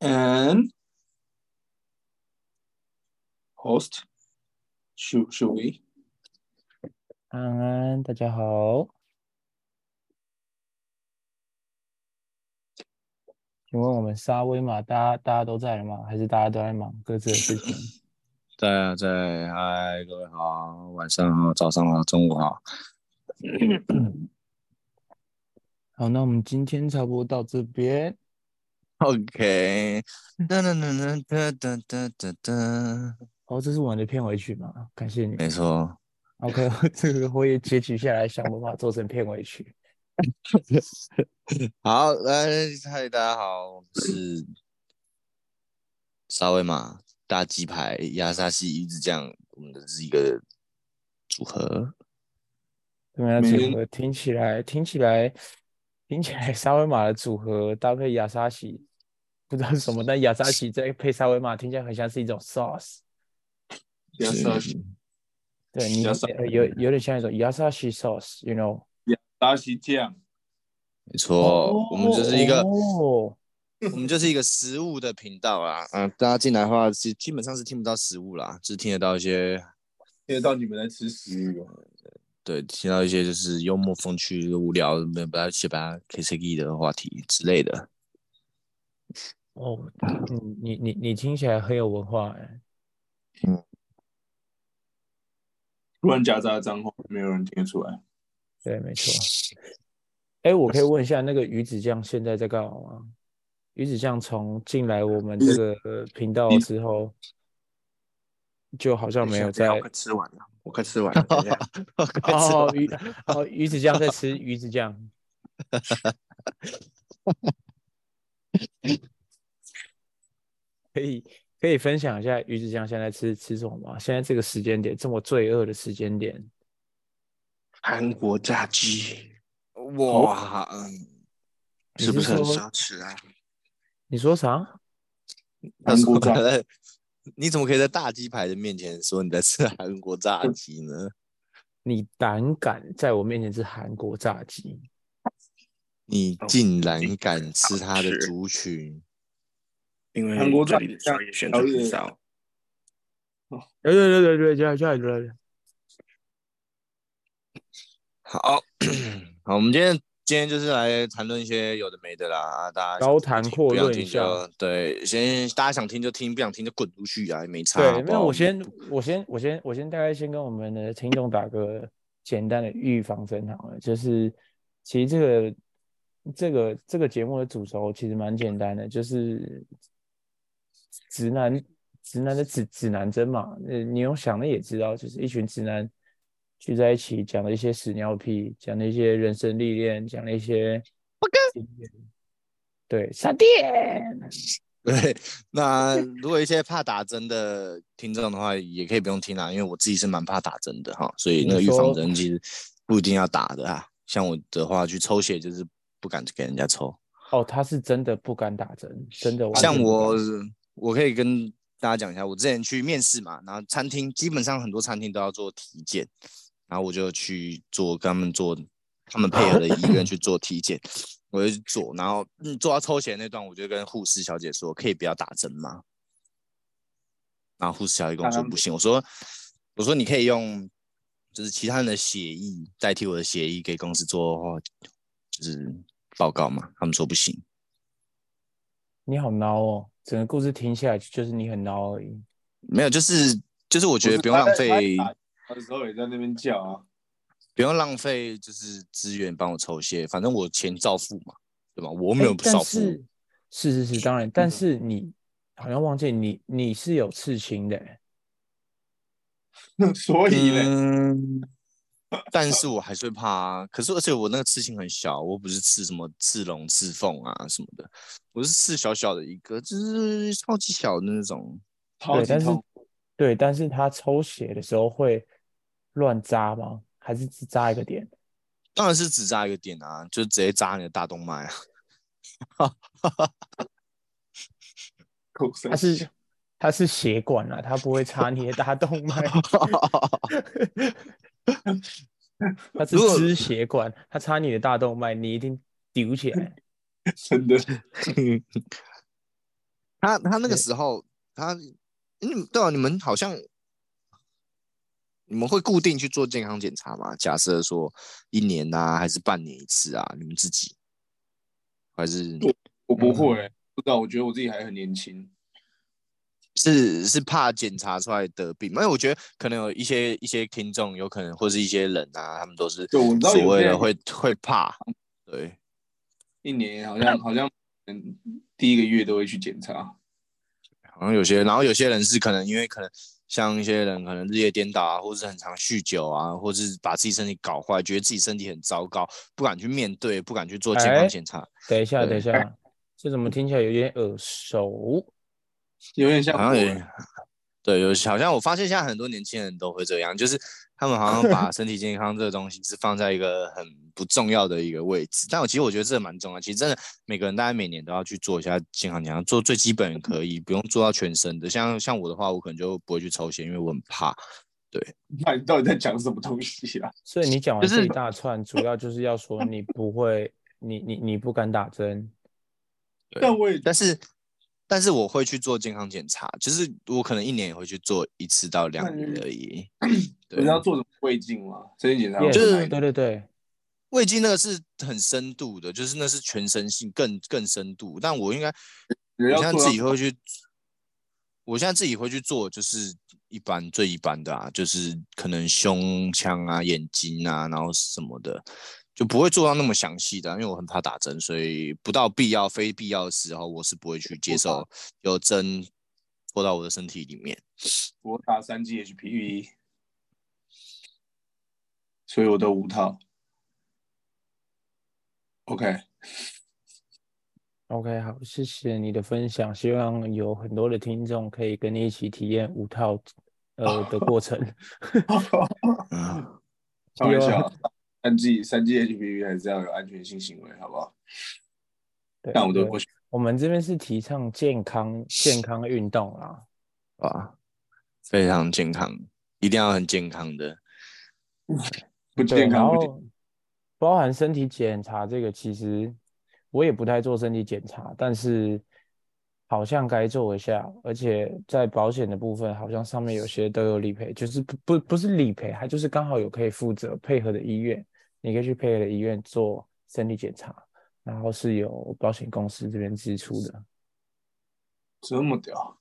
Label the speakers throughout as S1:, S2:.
S1: and host. Should should we?
S2: 安安，大家好。请问我们沙威玛，大家大家都在吗？还是大家都在忙各自的事情？
S3: 在啊，在，嗨，各位好，晚上好，早上好，中午好，
S2: 好，那我们今天差不多到这边。
S3: OK，噔噔噔噔噔噔噔噔，
S2: 哦，这是我们的片尾曲吗？感谢你。
S3: 没错，
S2: OK，这个我也截取下来，想办法做成片尾曲。
S3: 好，来，嗨，大家好，我们是沙威玛大鸡排亚沙西鱼子酱，我们的是一个组合，
S2: 对们要
S1: 没
S2: 组合听起来，听起来，听起来沙威玛的组合搭配亚沙喜，不知道是什么，但亚沙喜再配沙威玛，听起来很像是一种 sauce。
S1: Yes,
S3: Sure.
S1: sir.
S2: 对你
S1: 亚沙
S2: 呃有有点像一种亚沙喜 sauce，you know？
S1: 达西酱，
S3: 没错，我们就是一个，
S2: 哦，
S3: 我们就是一个食物的频道啦，嗯、大家进来的话，基基本上是听不到食物啦，只听得到一些
S1: 听得到你们在吃食物。
S3: 嗯对，听到一些就是幽默风趣、无聊、没有不要写吧 K C E 的话题之类的。
S2: 哦，嗯，你你你听起来很有文化哎。
S1: 突然夹杂的脏话，没有人听得出来。
S2: 对，没错。哎，我可以问一下，那个鱼子酱现在在干嘛吗？鱼子酱从进来我们这
S3: 嗯
S2: 个频道之后，就好像没有在
S4: 我快吃完了，我快吃 完了。等一下
S2: 哦鱼哦鱼子酱在吃鱼子酱。可以可以分享一下鱼子酱现在吃吃什么吗？现在这个时间点，这么罪恶的时间点，
S4: 韩国炸鸡，
S3: 哇，嗯
S2: 你
S4: 是不是很
S2: 说
S4: 奢侈啊？
S2: 你说啥？
S3: 他
S1: 韩国
S3: 说
S1: 炸
S3: 在， 你怎么可以在大鸡排的面前说你在吃 韩国炸鸡呢？
S2: 你胆敢在我面前吃韩国炸鸡？
S3: 你
S2: 哦
S3: 竟然敢吃他的
S4: 是
S3: 族群？
S4: 因为
S1: 韩国炸
S4: 这
S1: 鸡
S4: 里的商业选择很少。
S2: 对对对对对，叫叫叫！哦
S3: 好 好，我们今天今天就是来谈论一些有的没的啦，啊，大家想
S2: 高
S3: 听
S2: 谈
S3: 就听
S2: 阔
S3: 不想
S2: 论
S3: 听
S2: 一下
S3: 就对，先大家想听就听，不想听就滚出去啊，也没差。好
S2: 对，
S3: 不
S2: 没有，
S3: 好
S2: 我先我先我先我先大概先跟我们的听众打个简单的预防针好了，就是其实这个这个这个节目的主轴其实蛮简单的，就是直男直男的指指南针嘛，呃，你用想的也知道，就是一群直男聚在一起讲的一些屎尿屁，讲的一些人生历练，讲的一些经验对，闪电。
S3: 对，那如果一些怕打针的听众的话，也可以不用听啦，因为我自己是蛮怕打针的哈，所以那个
S2: 你
S3: 预防
S2: 说
S3: 针其实不一定要打的啊。像我的话，去抽血就是不敢给人家抽。
S2: 哦，他是真的不敢打针，真的完全
S3: 像
S2: 不敢
S3: 我，我可以跟大家讲一下，我之前去面试嘛，然后餐厅基本上很多餐厅都要做体检，然后我就去做跟他们做，他们配合的医院去做体检，我就去做，然后嗯做到抽血那段，我就跟护士小姐说，可以不要打针吗？然后护士小姐跟我说
S1: 当然
S3: 不行，我说我说你可以用就是其他人的血液代替我的血液给公司做就是报告嘛，他们说不行。
S2: 你好孬哦，整个故事听下来就是你很孬而已。
S3: 没有，就是就是，我觉得
S1: 是
S3: 不用
S1: 他
S3: 浪
S1: 在
S3: 费，
S1: 他在打的时候也在那边叫啊。
S3: 不用浪费，就是资源帮我抽血，反正我钱照付嘛，对吧？我没
S2: 诶
S3: 有
S2: 哎但
S3: 少嗯 付，
S2: 是是是是，当然，但是你好像忘记你你是有刺青的欸，
S1: 所以呢，
S3: 嗯，但是我还是会怕啊。可是而且我那个刺青很小，我不是刺什么刺龙、刺凤啊什么的，我是刺小小的一个，就是超级小的那种。
S1: 超
S2: 对，
S1: 级
S2: 但是
S1: 痛。
S2: 对，但是他抽血的时候会乱扎吗？还是只扎一个点？
S3: 当然是只扎一个点啊，就直接扎你的大动脉啊。
S1: 口水
S2: 他是他是血管啊，他不会插你的大动脉， 他是
S3: 如果
S2: 支血管，他插你的大动脉，你一定丢起来。
S1: 真的，
S3: 他他那个
S2: 对
S3: 时候，他你们对啊，你们好像你们会固定去做健康检查吗？假设说一年啊，还是半年一次啊？你们自己还是
S1: 我不会、
S3: 嗯
S1: 不知道，我觉得我自己还很年轻。
S3: 是是怕检查出来得病吗？因为我觉得可能有一些一些听众，有可能或是一些人啊，他们都是
S1: 对我知道有
S3: 所谓
S1: 些
S3: 的
S1: 人
S3: 会会怕，对。
S1: 一年好像好像嗯第一个月都会去检查，
S3: 好像有些，然后有些人是可能因为可能像一些人可能日夜颠倒啊，或是很常酗酒啊，或是把自己身体搞坏，觉得自己身体很糟糕，不敢去面对，不敢去做健康
S2: 哎
S3: 检查，
S2: 等一下，
S3: 对
S2: 等一下，这怎么听起来有点耳熟？
S1: 有点像
S3: 好像
S1: 我
S3: 也 对，有好像我发现现在很多年轻人都会这样，就是他们好像把身体健康这个东西是放在一个很不重要的一个位置，但我其实我觉得这蛮重要，其实真的每个人大概每年都要去做一下健康检查，做最基本可以，不用做到全身的，像像我的话，我可能就不会去抽烟，因为我很怕。
S1: 那你到底在 讲什么东西啊？
S2: 所以你讲完
S3: 就是
S2: 这一大串，主要就是要说你不会，你你你不敢打针，
S3: 对
S1: 但我也
S3: 但是但是我会去做健康检查，就是我可能一年也会去做一次到两
S1: 那
S3: 年
S1: 你
S3: 而已。
S1: 不
S3: 对
S1: 是，要做什么胃镜吗？身体检查
S2: Yes，
S3: 就是
S1: 哪一
S2: 对对对，
S3: 胃镜那个是很深度的，就是那是全身性更更深度。但我应该，
S1: 人
S3: 我
S1: 要
S3: 现在
S1: 做
S3: 自
S1: 到
S3: 己会去，我现在自己会去做，就是一般最一般的啊，就是可能胸腔啊、眼睛啊，然后什么的。就不会做到那么详细的啊、因为我很怕打针，所以不到必要、非必要的时候，我是不会去接受有针戳到我的身体里面。
S1: 我打三剂 HPV，所以我都五套。OK，
S2: OK，好，谢谢你的分享，希望有很多的听众可以跟你一起体验五套呃的过程。
S3: 嗯，
S1: 开玩
S3: 啊
S1: 笑，三剂三剂 HPV 还是要有安全性行为，好不好？
S2: 对，
S1: 但我都
S2: 对
S1: 不，行。
S2: 我们这边是提倡健康健康运动啦。
S3: 哇，非常健康，一定要很健康的。
S1: 不
S2: 对，
S1: 健
S2: 然
S1: 康不健
S2: 后包含身体检查这个，其实我也不太做身体检查，但是好像该做一下，而且在保险的部分，好像上面有些都有理赔，就是不不不是理赔，它就是刚好有可以负责配合的医院，你可以去配合的医院做身体检查，然后是由保险公司这边支出的，
S1: 这么屌，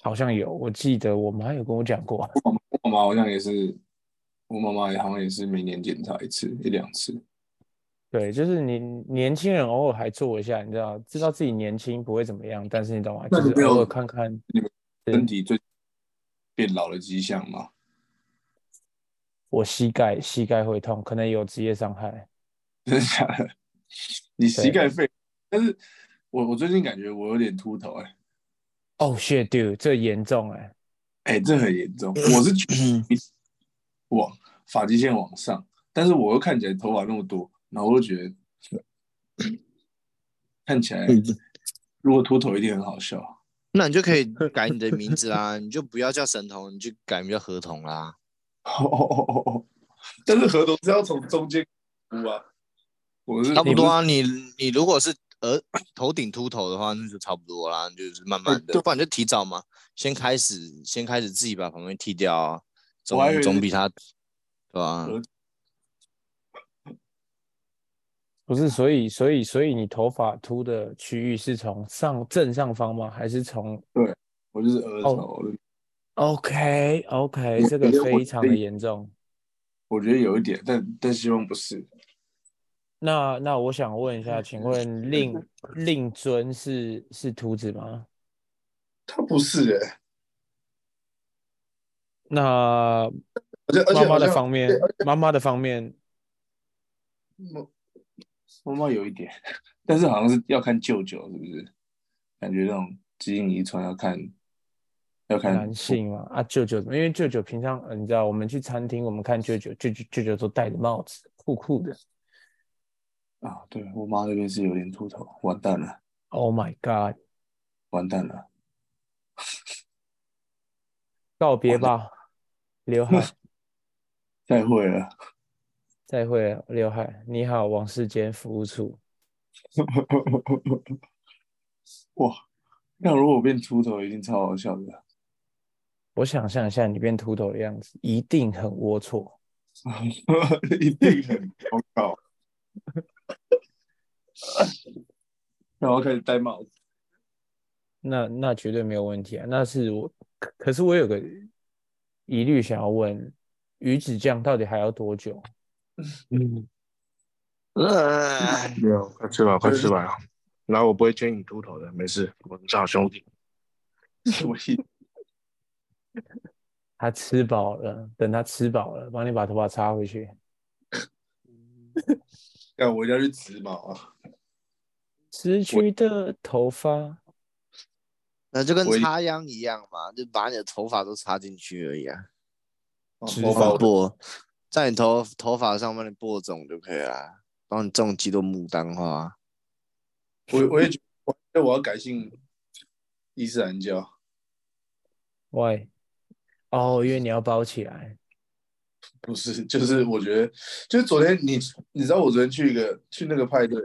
S2: 好像有，我记得我妈有跟我讲过，
S1: 我妈好像也是，我妈妈也好像也是每年检查一次一两次。
S2: 对，就是你年轻人偶尔还做一下，你知道，知道自己年轻不会怎么样，但是你懂吗？
S1: 那
S2: 就
S1: 你
S2: 是
S1: 没有
S2: 偶尔看看。
S1: 身体最变老的迹象吗？
S2: 我膝盖膝盖会痛，可能有职业伤害。
S1: 真的假的？你膝盖废，但是我我最近感觉我有点秃头、欸，哎、
S2: Oh shit, dude，这严重哎、
S1: 哎、这很严重。
S3: 嗯
S1: 我是觉得往发际线往上，但是我又看起来头发那么多，然后我就觉得 看起来如果秃头一定很好 笑。
S3: 那你就可以改你的名字啦，你就不要叫神童，你就改名叫合同啦。
S1: 但是合同是要从中间箍啊，我是
S3: 差不多啊，你你如果是额 头顶秃头的话，那就差不多啦，就是慢慢的，
S1: 对
S3: 不然就提早嘛，先开始先开始自己把旁边剃掉啊，
S1: 我还以为
S3: 总总比他对吧、
S1: 合
S2: 不是，所以所以所以你头发秃的区域是从上正上方吗？还是从
S1: 我就是额头，
S3: 哦
S2: OK OK？
S1: 我
S2: 这个
S1: 觉得我
S2: 非常的
S1: 自己
S2: 严重。
S1: 我觉得有一点，但但希望不是。
S2: 那那我想问一下，请 问令令尊是是秃子吗？
S1: 他不是哎、
S2: 那
S1: 而且而且
S2: 妈妈
S1: 好
S2: 的
S1: 像
S2: 方面，妈妈的方面，
S1: 猫猫猫有一点，但是好像是要看舅舅是不是？感觉那种基因遗传要看，要看
S2: 男性嘛，啊，舅舅，因为舅舅平常，呃你知道，我们去餐厅，我们看舅舅，舅舅舅舅都戴着帽子，酷酷的。
S1: 啊。对我妈那边是有点秃头，完蛋了，
S2: Oh my god！
S1: 完蛋了。
S2: 告别吧，刘海，
S1: 再会了，
S2: 再会了，刘海。你好，王世坚服务处。
S1: 哇，那如果我变秃头，一定超好笑的。
S2: 我想象一下你变秃头的样子，一定很龌龊。
S1: 一定很糟糕。 然后开始戴帽子，
S2: 那那绝对没有问题啊。那是我，可可是我有个疑虑想要问，鱼子酱到底还要多久？
S3: 呃，
S4: 没有，快吃吧，快吃吧。然后我不会捐你秃头的，没事，我们是好兄弟。
S1: 什么意思？
S2: 他吃饱了，等他吃饱了，帮你把头发插回去。
S1: 要我一定要去植毛啊！
S2: 失去的头发，
S3: 那就跟
S1: 我一
S3: 插秧一样嘛，就把你的头发都插进去而已啊。
S1: 哦
S2: 植
S3: 头
S1: 头
S2: 毛
S3: 发
S1: 发
S3: 播在你头头发上帮你播种就可以了，帮你种几朵牡丹花。
S1: 我我也觉得，我我要改信伊斯兰教。
S2: 喂，哦，因为你要包起来，
S1: 不是，就是我觉得，就是昨天你你知道我昨天去一个去那个派对，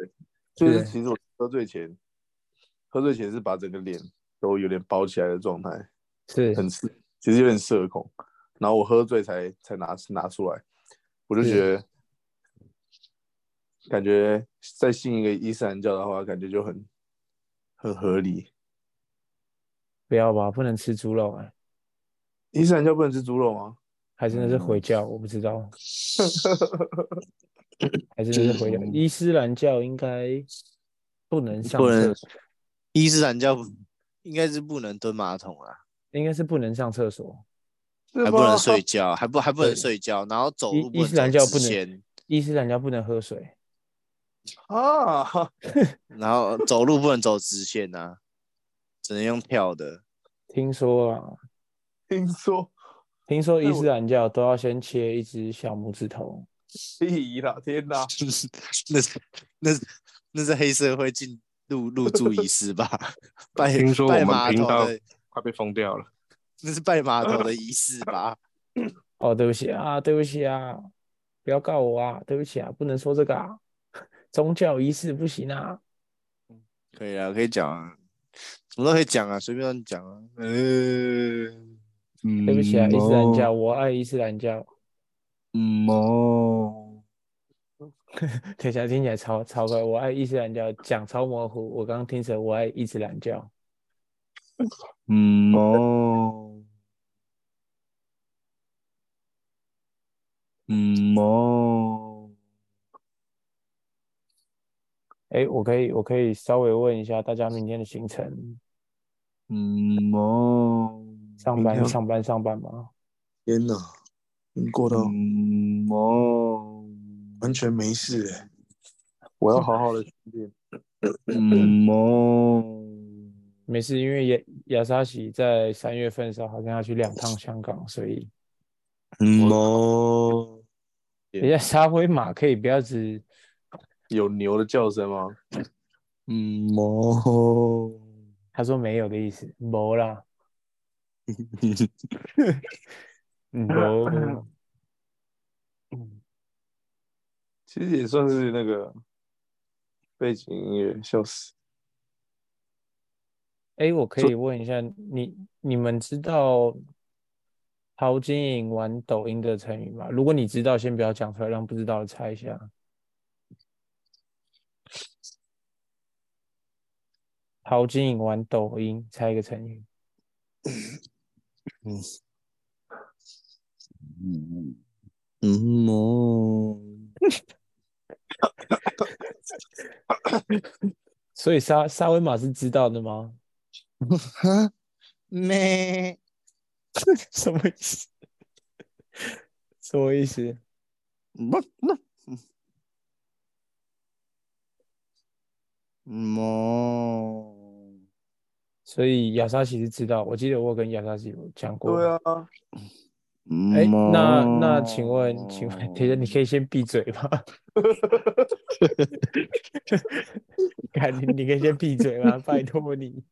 S1: 就是
S2: 对
S1: 其实我喝醉前，喝醉前是把整个脸都有点包起来的状态，
S2: 是
S1: 很社，其实有点社恐。然后我喝醉才才拿拿出来，我就觉得，感觉再信一个伊斯兰教的话，感觉就很很合理。
S2: 不要吧？不能吃猪肉啊，
S1: 伊斯兰教不能吃猪肉吗？
S2: 还真的是回教，我不知道，还真的是回教。伊斯兰教应该不能上
S3: 不能
S2: 厕，
S3: 伊斯兰教应该是不能蹲马桶啊，
S2: 应该是不能上厕所。
S3: 还不能睡觉，还不还不能睡觉，然后走
S2: 伊
S3: 路
S2: 伊
S3: 哦不
S2: 斯兰
S3: 走
S2: 教
S3: 直
S2: 不能
S3: 线
S2: 伊斯兰教不能喝水，
S1: 啊！
S3: 然后走路不能走直线啊，只能用跳的。
S2: 听说啊，
S1: 听说
S2: 听说伊
S1: 那我
S2: 斯兰教都要先切一只小拇指头。
S1: 屁啦，天 哪！
S3: 那是那是那是黑社会进入入住仪式吧？拜
S4: 听说我
S3: 拜
S4: 们
S3: 码
S4: 频
S3: 头
S4: 道
S3: 的，
S4: 快被封掉了，
S3: 那是拜码头的仪式吧？
S2: 哦，对不起啊，对不起啊，不要告我啊，对不起啊，不能说这个啊，宗教仪式不行啊。
S3: 可以啊，可以讲啊，什么都可以讲啊，随便乱讲啊。
S1: 呃
S3: 嗯，
S2: 对不起啊，伊斯
S1: 嗯
S2: 兰教，
S3: 哦。
S2: 我爱伊斯兰教。
S3: 嗯哦，
S2: 等一下听起来超超怪，我爱伊斯兰教讲超模糊，我刚刚听成我爱伊斯兰教。
S3: 嗯哦，嗯哦，
S2: 哎，我可以我可以稍微问一下大家明天的行程，
S3: 嗯哦，
S2: 上
S1: 明
S2: 班
S1: 天
S2: 上班上班吗？
S4: 天哪，你过到
S3: 嗯哦，
S4: 完全没事哎、
S1: 欸我要好好的训练。
S3: 嗯哦，
S2: 没事，因为亚亚沙喜在三月份的时候好像要去两趟香港，所以
S3: 嗯哦，
S2: 人家沙威玛可以不要只
S1: 有牛的叫声吗？
S3: 嗯哦，
S2: 他说没有的意思，没啦，嗯没。
S1: 其实也算是那个背景音乐，笑死！
S2: 哎，我可以问一下你，你们知道淘金影玩抖音的成语吗？如果你知道，先不要讲出来，让不知道的猜一下。淘金影玩抖音，猜一个成语。
S3: 嗯嗯哦，
S2: 所以沙沙威玛是知道的吗？
S3: 哈咩？
S2: 什么意思？什么意思？
S3: 不不，嗯哦，
S2: 所以亚沙奇是知道，我记得我有跟亚沙奇有讲过。
S1: 对啊，
S2: 哎，
S3: 嗯
S2: 那
S3: 哦
S2: 那请问，请问，等一下，你可以先闭嘴吗？看你，你可以先闭嘴吗？拜托你。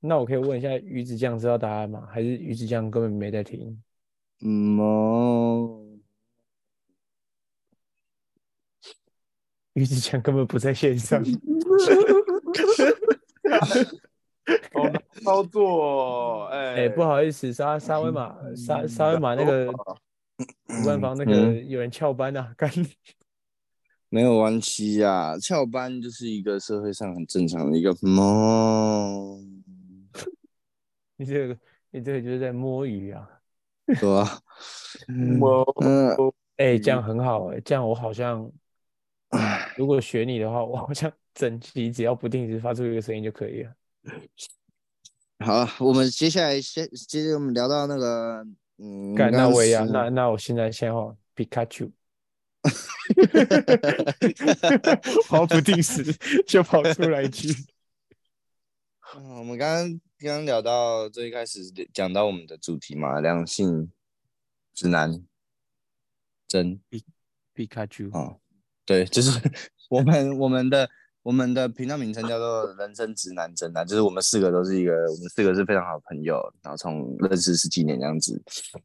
S2: 那我可以问一下，鱼子酱知道答案吗？还是鱼子酱根本没在听？
S3: 嗯哦，
S2: 于子强根本不在线上，
S1: 好难操作哦，哎、
S2: 哎，不好意思，沙沙威玛沙沙威玛那个主办方那个有人翘班啊，干
S3: 没有关系啊，翘班就是一个社会上很正常的一个梦，
S2: 你这个你这个就是在摸鱼啊。
S3: 对吧？ 嗯
S1: 我
S3: 嗯，
S2: 哎、
S1: 嗯
S2: 这样很好哎、这样我好像，如果学你的话，我好像整集只要不定时发出一个声音就可以了。
S3: 好了，我们接下来先接着我们聊到那个，嗯，
S2: 干，那我也要，
S3: 刚
S2: 那那我现在先哦，皮卡 丘，好不定时 就跑出来一句，
S3: 嗯我们刚刚刚刚聊到最一开始讲到我们的主题嘛，两性直男真
S2: 皮卡丘
S3: 啊、对，就是 我们我们的我们的频道名称叫做“人生直男真”啊，就是我们四个都是一个，我们四个是非常好的朋友，然后从认识十几年这样子，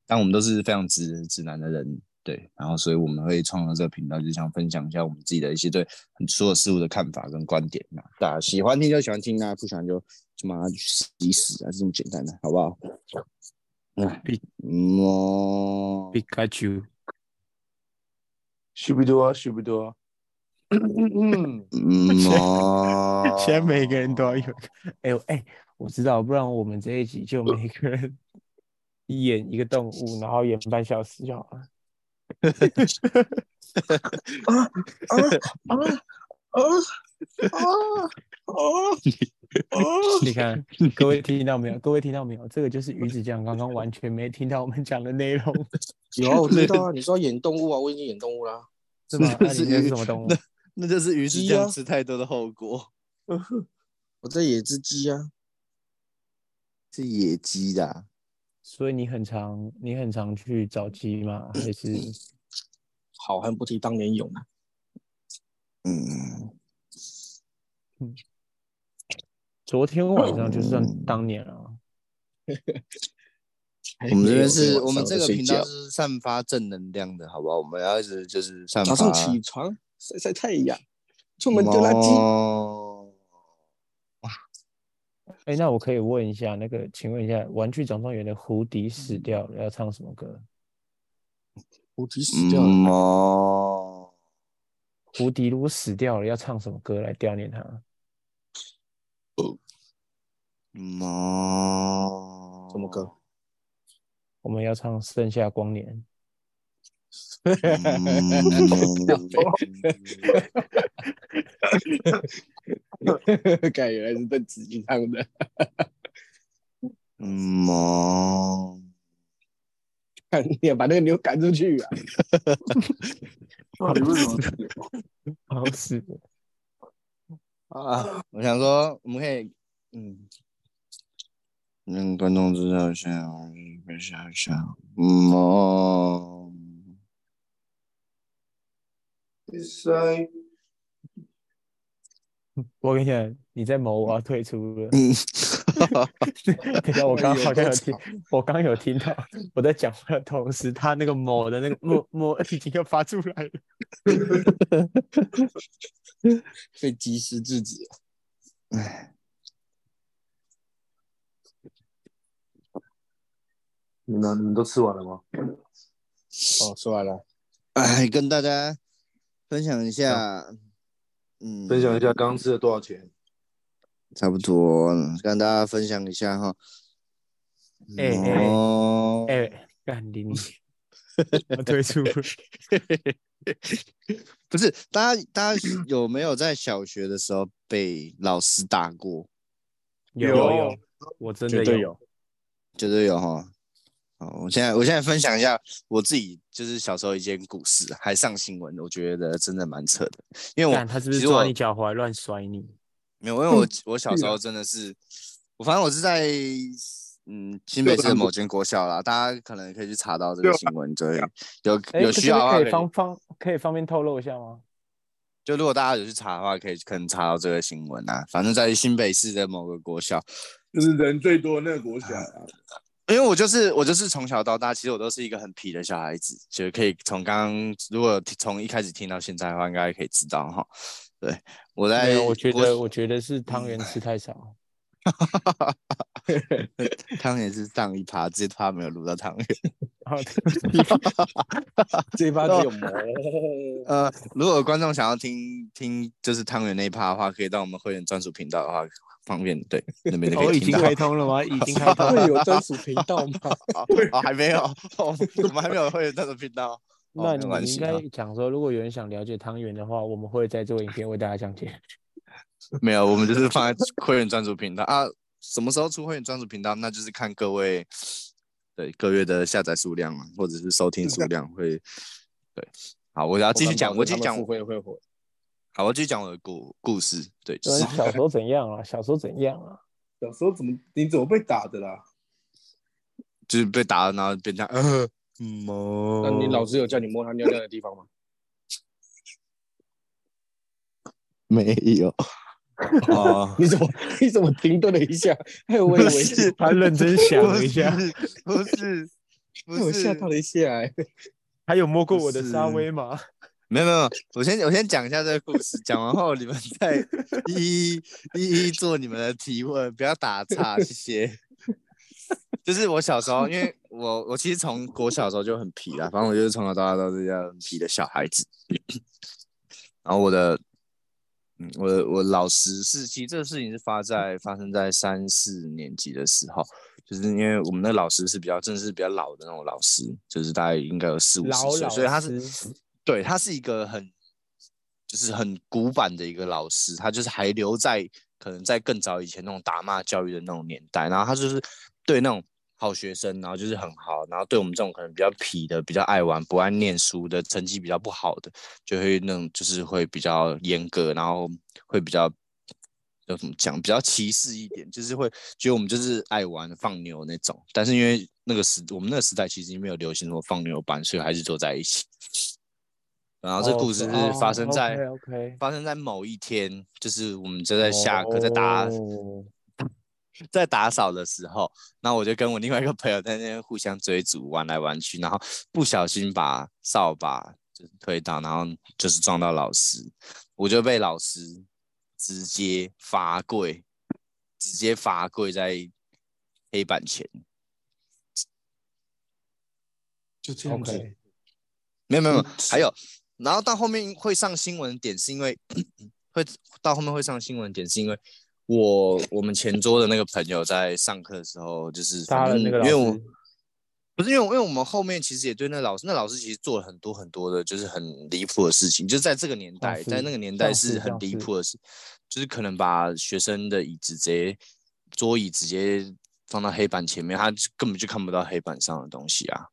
S3: 但我们都是非常直直男的人，对，然后所以我们会创造这个频道，就想分享一下我们自己的一些对很所有事物的看法跟观点嘛，大家喜欢听就喜欢听啊，不喜欢就就把它去死一死啊，就这么简单的、好不好？嗯
S2: 比，
S3: 嗯哦
S2: 皮卡丘，
S1: 许不多，啊许不多。嗯，
S3: 嗯哦
S2: 现在每个人都要有一个， 呃哎、呦哎、我知道，不然我们这一集就每个人 演一个动物，然后演半小时就好 了。
S1: 啊啊啊啊
S2: 你看，各位听到没有？各位听到没有？这个就是鱼子酱刚刚完全没听到我们讲的内 容，
S5: 有啊，我知道啊，你说要演动物啊，我已经演动物啦。
S2: 是吗？那、
S3: 是
S2: 你这是
S3: 鱼
S2: 什么动物
S3: 那？那就是鱼是
S5: 鸡
S3: 这样
S5: 啊
S3: 吃太多的后果，
S5: 我在野只鸡啊，
S3: 是野鸡的。
S2: 所以你很常你很常去找鸡吗？还是
S5: 好汉不提当年勇啊。
S3: 嗯，
S2: 昨天晚上就算
S5: 嗯
S2: 当年啊？
S3: 我们这边
S5: 哎没
S3: 是
S5: 有
S3: 我们这个
S5: 晚上
S3: 频
S5: 睡
S3: 道
S5: 觉
S3: 是散发正能量的，好不好？我们要一直就是散
S5: 早
S3: 发。
S5: 上起床晒晒太阳，出
S3: 我
S5: 门丢垃圾。
S3: 圾。
S2: 哎、那我可以问一下，那个，请问一下，《玩具总动员》的胡迪
S5: 嗯
S2: 死掉了，要唱什么歌？
S5: 我提死掉 了，
S3: 嗯哦，
S2: 胡迪如果死掉了，要唱什么歌来悼念他？
S3: 嗯哦，
S5: 什么歌？
S2: 我们要唱《盛夏光年》。
S3: 嗯？
S5: 感原来是邓紫棋唱的。
S3: 嗯哦，
S5: 看你要把那个牛赶出去啊！
S1: 到底为什么？
S2: 好死了！
S3: 啊，我想说，我们可以，嗯，让观众知道一下，我是被下下，嗯哦，
S2: 我跟你讲，你在谋我要退出了。
S3: 嗯，
S2: 等一下，我刚刚好像有听
S5: 我以为够，
S2: 我刚刚有听到我在讲话的同时，他那个某的那个某某已经要发出来了。
S5: 被及时制止。
S1: 你们你们都吃完了吗？
S5: 哦，说完了，
S3: 哎，跟大家分享一下，嗯，
S1: 分享一下刚刚吃了多少钱？
S3: 差不多，跟大家分享一下哈，
S2: 哎哎
S3: 哦，
S2: 哎，干 你！我退出了。
S3: 不是，大家大家有没有在小学的时候被老师打过？
S2: 有
S1: 有
S2: 有，我真
S5: 绝
S2: 的
S5: 对
S2: 有。
S5: 有。
S3: 绝对有哈。好，我现在我现在分享一下我自己就是小时候一件故事，还上新闻，我觉得真的蛮扯的。因为我
S2: 干，他是不
S3: 其
S2: 是
S3: 实我
S2: 抓你脚踝乱甩你？
S3: 没有，因为
S2: 嗯
S3: 我我小
S2: 啊
S3: 时候真的是，我反正我是在嗯新
S2: 啊
S3: 北市的某间国小啦，大家可能可以去查到这个新闻，就会有
S2: 哎，
S3: 有
S2: 这
S3: 需
S2: 边
S3: 要的话
S2: 可
S3: 可
S2: 以
S3: 以
S2: 方方可以方便透露一下吗？
S3: 就如果大家有去查的话，可以可能查到这个新闻啊。反正在新北市的某个国小，
S1: 就是人最多的那个国小啊，
S3: 因为我就是我就是从小到大，其实我都是一个很皮的小孩子，就是可以从刚刚如果从一开始听到现在的话，应该可以知道哈。对，哎我哦
S2: 没
S3: 在
S2: 有我觉
S3: 国
S2: 得我觉得是汤圆吃太少，
S3: 汤圆是上一趴，这趴没有录到汤圆。
S2: 好的，
S5: 这一趴只有魔，
S3: 呃，如果观众想要听听就是汤圆那一趴的话，可以到我们会员专属频道的话，方便对那边就可
S6: 哦，
S3: 以
S6: 已
S3: 听
S6: 经
S3: 到。
S6: 开通了吗？已经开通
S5: 会
S6: 了。
S5: 有专属频道吗？
S3: 哦哦，还没有，哦我们还没有会员专属频道。哦
S2: 那
S3: 没
S2: 你们
S3: 关
S2: 应
S3: 系
S2: 该讲说，如果有人想了解汤圆的话，我们会再做影片为大家讲解。
S3: 没有，我们就是放在会员专属频道啊。什么时候出会员专属频道？那就是看各位对各月的下载数量嘛，或者是收听数量会对。好，我要继续讲，我继续讲，
S5: 会会会，
S3: 好，我继续讲我的故故事。对，就
S2: 对
S3: 是
S2: 小时候怎样啊？小时候怎样啊？
S1: 小时候怎么你怎么被打的啦？
S3: 就是被打了，然后变成呃，毛。
S5: 那你老师有叫你摸他尿尿的地方吗？
S3: 没有
S2: 哦
S3: 啊？
S5: 你怎么 你怎么停顿了一下？哎，我以为
S3: 是
S2: 他认真 想了一下，
S3: 不是，不是，
S5: 我吓到了一下，哎
S2: 他有摸过
S3: 不
S2: 我的沙
S3: 是
S2: 威吗？
S3: 没有没有，没有我先我先讲一下这个故事，讲完后你们再一一一一做你们的提问，不要打岔，谢谢。 就是我小时候，因为我我其实从国小的时候就很皮啦，反正我就是从小到大都是这样很皮的小孩子。然后我的，嗯，我的我老师是，其实这个事情是发在发生在三四年级的时候，就是因为我们的老师是比较正式、比较老的那种老师，就是大概应该有四五十
S2: 老
S3: 岁，
S2: 老
S3: 所以他是
S2: 师
S3: 对他是一个很就是很古板的一个老师，他就是还留在可能在更早以前那种打骂教育的那种年代，然后他就是对那种好学生，然后就是很好，然后对我们这种可能比较皮的、比较爱玩、不爱念书的、成绩比较不好的，就会那种就是会比较严格，然后会比较。要怎么讲？比较歧视一点，就是会觉得我们就是爱玩放牛那种。但是因为那个时我们那个时代其实没有流行什么放牛班，所以还是坐在一起。然后这故事是发生在、
S2: 哦 OK，
S3: 发生在某一天，就是我们就在下课在打、
S2: 哦
S3: 在打扫的时候，那我就跟我另外一个朋友在那边互相追逐，玩来玩去，然后不小心把扫把就是推倒，然后就是撞到老师，我就被老师直接罚跪，直接罚跪在黑板前。
S1: 就这样子
S2: OK，
S3: 没有没有，没
S2: 嗯
S3: 有，还有，然后到后面会上新闻点，是因为会到后面会上新闻点，是因为我我们前桌的那个朋友在上课的时候，就是
S2: 杀
S3: 反
S2: 了
S3: 正
S2: 那个老
S3: 嗯因为我
S2: 师
S3: 不是因为我因为我们后面其实也对那老师，那老师其实做了很多很多的，就是很离谱的事情，就在这个年代，
S2: 是
S3: 在那个年代
S2: 像是
S3: 是很
S2: 像
S3: 离
S2: 是
S3: 谱的事，就是可能把学生的椅子直接桌椅直接放到黑板前面，他就根本就看不到黑板上的东西啊。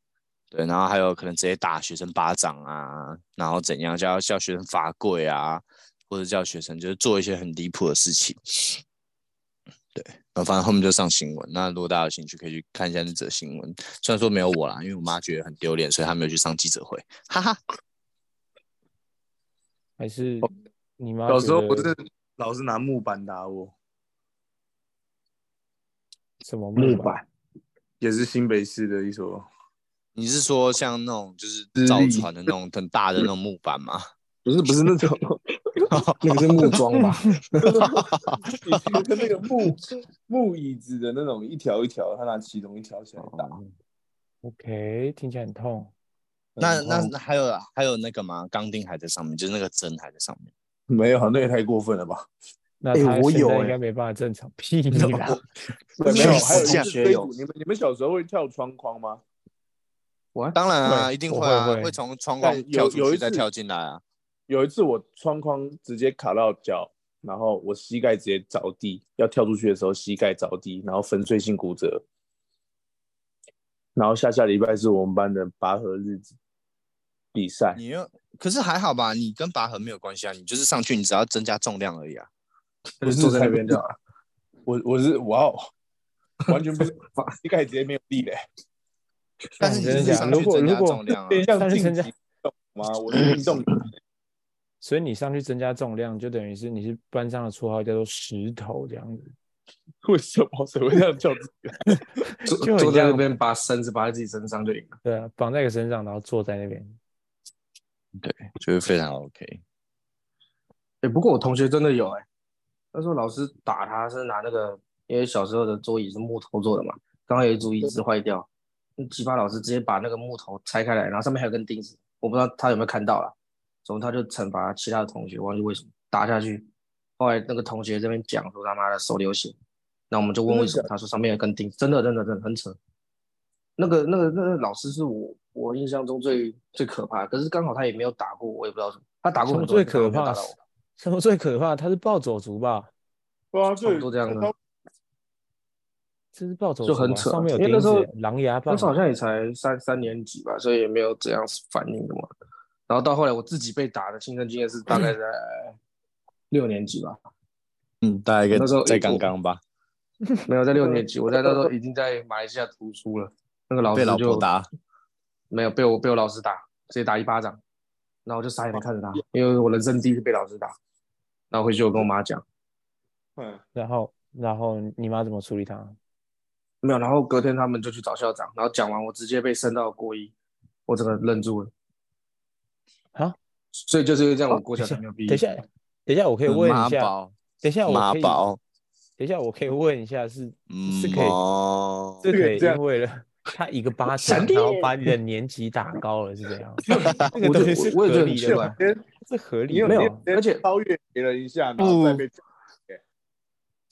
S3: 对，然后还有可能直接打学生巴掌啊，然后怎样叫叫学生罚跪啊，或者叫学生就是做一些很离谱的事情。对，然呃后反正后面就上新闻。那如果大家有兴趣，可以去看一下那则新闻。虽然说没有我啦，因为我妈觉得很丢脸，所以她没有去上记者会。哈哈，
S2: 还是
S3: 哦
S2: 你妈？
S1: 小时候不是老是拿木板打我，
S2: 什么
S3: 嗯
S4: 木
S2: 木
S4: 板，
S1: 也是新北市的一所，
S3: 你是说像那种就是
S1: 资历
S3: 造船的那种很大的那种木板吗？
S1: 不是不是那种，
S5: 那个是木桩吧？
S1: 以前的那个木木椅子的那种一条一条，他拿其中一条起来打。
S2: ？OK，听起来很痛。嗯哦
S3: 那
S1: 然
S3: 那
S1: 后
S3: 那还有还有那个吗？钢钉还在上面，就是那个针还在上面。
S1: 没有，那也太过分了吧？
S2: 那
S4: 哎
S2: 他
S4: 我
S2: 现
S4: 有
S2: 在
S4: 哎
S2: 应该没办法正常，屁啦！
S1: 没
S3: 没
S1: 有，
S3: 有
S1: 还有
S3: 这样
S1: 一些有。你们你们小时候会跳窗框吗？
S3: 当然啊，一定
S2: 我
S3: 会啊，
S2: 会会
S3: 会从窗
S1: 但
S3: 框
S1: 有
S3: 跳
S1: 有
S3: 出
S1: 一
S3: 去再
S1: 次
S3: 跳进来啊。
S1: 有一次我窗框直接卡到脚，然后我膝盖直接着地，要跳出去的时候膝盖着地，然后粉碎性骨折。然后下下礼拜是我们班的拔河日子比赛，
S3: 你又可是还好吧，你跟拔河没有关系啊，你就是上去，你只要增加重量而已啊。
S1: 不是坐在那边的。我我是哇哦，完全不 是膝盖直接没有力嘞，
S3: 但是你
S2: 真
S3: 就
S2: 的
S3: 是
S2: 假
S3: 上
S2: 的？
S3: 去
S2: 如果
S3: 增
S2: 如
S3: 加
S2: 果
S3: 重，量啊
S1: 有，点像
S2: 但是
S1: 竞
S2: 增
S1: 技
S2: 加
S1: 运动吗？我的运动
S2: 所以你上去增加重量，就等于是你是班上的绰号叫做石头这样子。为什么谁会这样叫自己？
S4: 坐
S2: 就很
S4: 坐在
S2: 像
S4: 那边把绳子绑在自己身上就赢了。
S2: 对啊，绑在个身上，然后坐在那边。
S3: 觉得非常 OK。
S4: 哎、不过我同学真的有哎、那时候老师打他是拿那个，因为小时候的桌椅是木头做的嘛，刚好有一组椅子坏掉，那奇葩老师直接把那个木头拆开来，然后上面还有根钉子，我不知道他有没有看到啦。总之他就惩罚其他的同学，忘记为什么打下去。后来那个同学这边讲说他妈的手流血，那我们就问为什么，他说上面有根钉，真的真的真的很扯。那个那个那个老师是我我印象中最最可怕的，可是刚好他也没有打过，我也不知道什么，他打过
S2: 什么
S4: 很
S2: 最
S4: 多
S2: 可
S4: 人，但他没
S2: 怕
S4: 有打到我？
S2: 什么最可怕？他是暴走族吧？
S1: 对啊，
S4: 差不多这样的。
S2: 这是暴走族
S4: 就
S2: 吧，
S4: 很扯
S2: 上面有
S4: 因为
S2: 钉
S4: 那时
S2: 子
S4: 候、
S2: 狼牙棒
S4: 那时候好像也才三三年级吧，所以也没有怎样反应的嘛。然后到后来我自己被打的亲身经验是大概 在六年级吧，
S3: 嗯，大概一个
S4: 那时候
S3: 在刚刚吧，
S4: 没有在六年级，我在那时候已经在马来西亚读书了。那个老
S3: 被
S4: 师
S3: 老
S4: 就
S3: 婆打，
S4: 没有被我被我老师打，直接打一巴掌，然后我就傻眼地看着他，因为我人生第一次被老师打。然后回去我跟我妈讲，
S1: 嗯，
S2: 然后然后你妈怎么处理他？
S4: 没有，然后隔天他们就去找校长，然后讲完我直接被升到国一，我整个愣住了。
S2: 啊，
S4: 所以就是因为这样，我国小才没有毕业。
S2: 等一下，等一下，我
S4: 嗯
S2: 可以问一
S3: 妈
S2: 下。
S3: 宝
S2: 等一下，我
S3: 妈
S2: 可以。
S3: 宝，
S2: 等一下，我可以问一下是，
S3: 嗯
S2: 是
S4: 嗯
S2: 可以，
S3: 哦，
S2: 这
S1: 这
S2: 可
S1: 个
S2: 以
S1: 这样
S2: 因为了他一个巴掌
S4: 闪，
S2: 然
S4: 电
S2: 后把你的年级打高了，是这 样？ 这个
S4: 我
S2: 东
S4: 就
S2: 西是
S4: 我我也
S2: 合
S4: 觉得很
S2: 理
S4: 奇
S2: 的吗
S4: 怪？，
S2: 是合
S1: 你
S2: 理
S1: 有
S2: 的
S4: 没有
S2: 吗
S4: 而且
S1: 超越别人一下，然后再被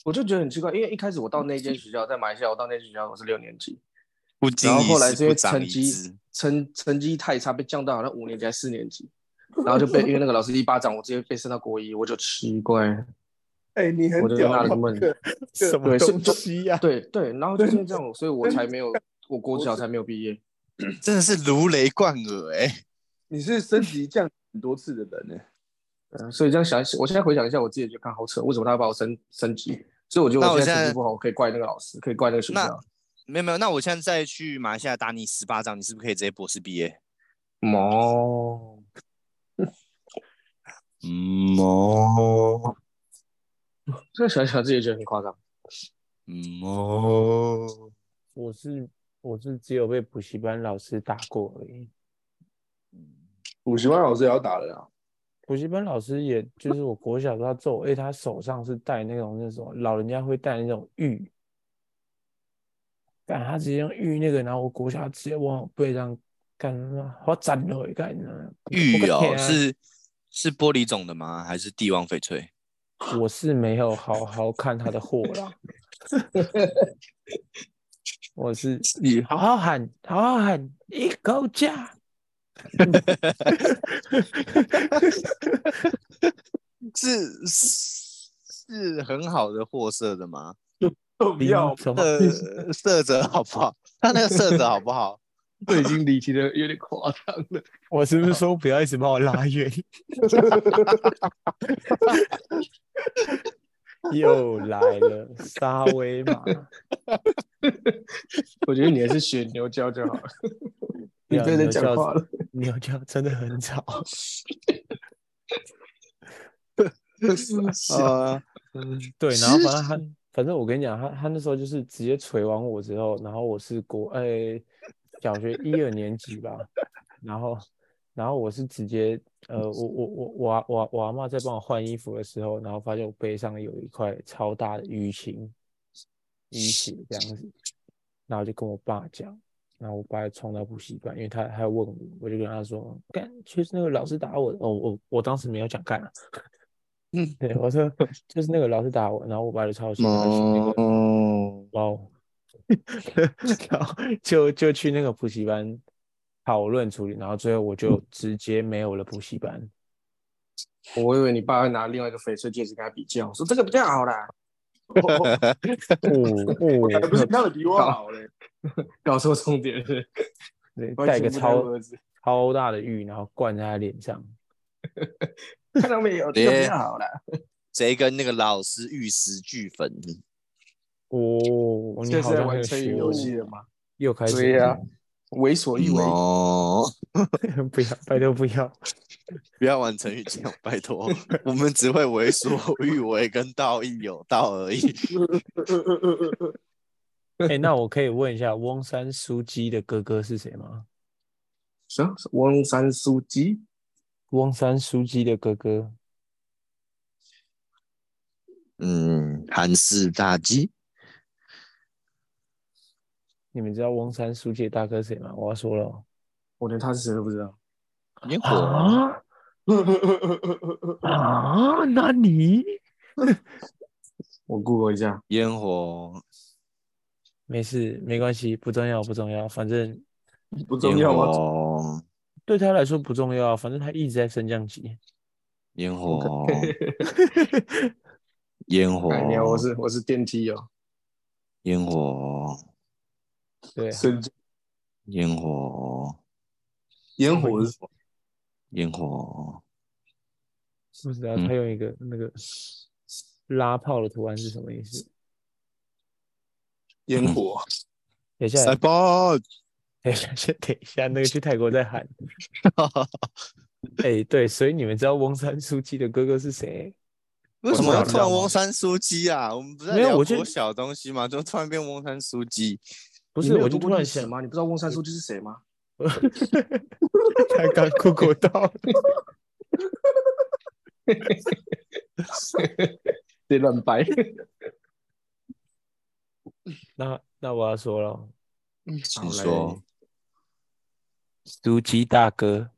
S4: 我就觉得很奇怪，因为一开始我到 那间学校，在马来西亚，我到那间学校我是六年级，
S3: 不经
S4: 然后
S3: 一
S4: 后来
S3: 事
S4: 是因
S3: 不
S4: 为
S3: 长
S4: 成
S3: 一
S4: 绩
S3: 智，
S4: 成成绩太差，被降到好像五年级还是四年级，然后就被因为那个老师一巴掌，我直接被升到国一，我就奇怪，
S1: 哎，你很
S4: 我就
S1: 屌
S4: 纳
S1: 啊，
S4: 了闷。
S1: 对
S2: 什么
S4: 对是
S2: 东西
S1: 啊
S2: 呀？
S4: 对对，然后就因为这样，所以我才没有，我国小才没有毕业。
S3: 真的是如雷贯耳哎，
S1: 你是升级降很多次的人 呢。
S4: 嗯，所以这样想一想，我现在回想一下，我自己觉得看好扯，为什么他要把我升升级？所以我觉得
S3: 那我
S4: 我现在
S3: 现
S4: 成
S3: 在
S4: 绩不好，我可以怪那个老师，可以怪那个学
S3: 那
S4: 校。
S3: 没有没有，那我现在再去马来西亚打你十巴掌，你是不是可以直接博士毕业？
S2: 哦
S4: 毛，
S3: 嗯哦，
S4: 现在想一想自己觉得很夸张。
S3: 嗯哦，
S2: 我是我是只有被补习班老师打过而已，
S1: 补习班老师也要打人啊？
S2: 补习班老师也就是我国小都要揍，而且他手上是戴那种那种老人家会戴那种玉，干他直接用玉那个，然后我国小直接往我背上干什么，好斩了一干呢。
S3: 玉
S2: 我跟
S3: 哦
S2: 你，讲
S3: 是是玻璃种的吗？还是帝王翡翠？
S2: 我是没有好好看他的货 啦，我是
S1: 你
S2: 好好喊，好好喊，一口价。
S3: 是是是很好的货色的吗？
S1: 不
S2: 林
S1: 要
S2: 总
S3: 呃，色泽好不好？他那个色泽好不 好？
S4: 这已经离题的有点夸张了。
S2: 我是不是说不要一直把我拉 远？又来了，沙威玛，
S4: 我觉得你还是学牛教就 好了。你
S2: 对啊
S4: 不要再
S2: 牛
S4: 讲
S2: 教
S4: 话了。
S2: 牛叫真的 很吵。
S3: 呃，
S2: 对，然后反正他，反正我跟你讲，他他那时候就是直接捶完我之后，然后我是国呃、小学一二年级吧，然后然后我是直接呃我我我我阿我阿我阿嬷在帮我换衣服的时候，然后发现我背上有一块超大的淤青，淤血这样子，然后就跟我爸讲。然后我爸就冲到补习班，因为他他要问我，我就跟他说：“干，就是那个老师打我。”哦，我我当时没有讲干了， 对，我说就是那个老师打我，然后我爸就超
S3: 呃
S2: 兴奋，去那个
S3: 哦，
S2: 哇 哦，然后就就去那个补习班讨论处理，然后最后我就直接没有了补习班。
S4: 我以为你爸会拿另外一个翡翠戒指跟他比较，说这个比较好啦，
S2: 哦
S1: 还
S4: 哎
S1: 不
S2: 哦，
S1: 是他的比我
S4: 啊
S1: 好嘞。
S4: 搞错重点了。
S2: 对
S4: 完
S2: 戴个
S4: 全不带
S2: 超
S4: 我儿子
S2: 超大的玉，然后灌在他脸上。
S4: 看到没 有，这个比较好啦。
S3: 谁跟那个老师玉石俱焚？
S2: 哦，你
S4: 现在
S2: 好
S4: 是在
S2: 像很有
S4: 玩成
S2: 学
S4: 语游戏了
S2: 问，
S4: 吗？
S2: 又开始 嗯
S4: 对呀，为所欲为。
S3: 哦，
S2: 不要，拜托不要。
S3: 不要玩成语这样，拜 托，我们只会为所欲为跟道义有道而已。
S2: 哎、那我可以问一下，翁山苏姬的哥哥是谁吗？
S4: 什么？翁山苏姬？
S2: 翁山苏姬的哥哥，
S3: 嗯，韩式炸鸡，
S2: 你们知道翁山苏姬的大哥是谁吗？我要说了哦、
S4: 我连他是谁都不知道。
S3: 烟火啊，
S2: 啊，那你
S4: 我 Google 一下，
S3: 烟火，
S2: 没事，没关系，不重要，不重要，反正
S4: 不重
S3: 烟
S4: 要啊吗？
S3: 火，
S2: 对他来说不重要，啊反正他一直在升降级。
S3: 烟火， 烟
S2: 哦
S3: 火，
S4: 哎呀，我是我是电梯哦，
S3: 烟火，
S2: 对，啊
S4: 神经
S3: 烟火，
S1: 烟火是什么？
S3: 烟火，
S2: 不知道
S3: 嗯
S2: 他用一个那个拉炮的图案是什么意思？
S1: 烟火，
S2: 等一下，
S3: 塞爆！
S2: 等一下，先等一下，那个去泰国再 喊。哎、对，所以你们知道翁山书记的哥哥是谁？
S3: 为什么
S4: 我
S3: 要
S4: 知
S3: 突
S4: 道
S3: 然
S4: 吗
S3: 翁山苏姬啊？我们不是在
S2: 没有
S3: 聊
S2: 我就
S3: 国小东西吗？怎么突然变翁山苏姬？
S2: 不
S4: 不
S2: 是，我就突然想，
S4: 吗？你不知道翁山苏姬 是谁吗？
S2: 他刚 Google 到了，
S4: 别乱 掰。
S2: 那那我要说了，哦
S3: 请说，
S2: 书记大哥，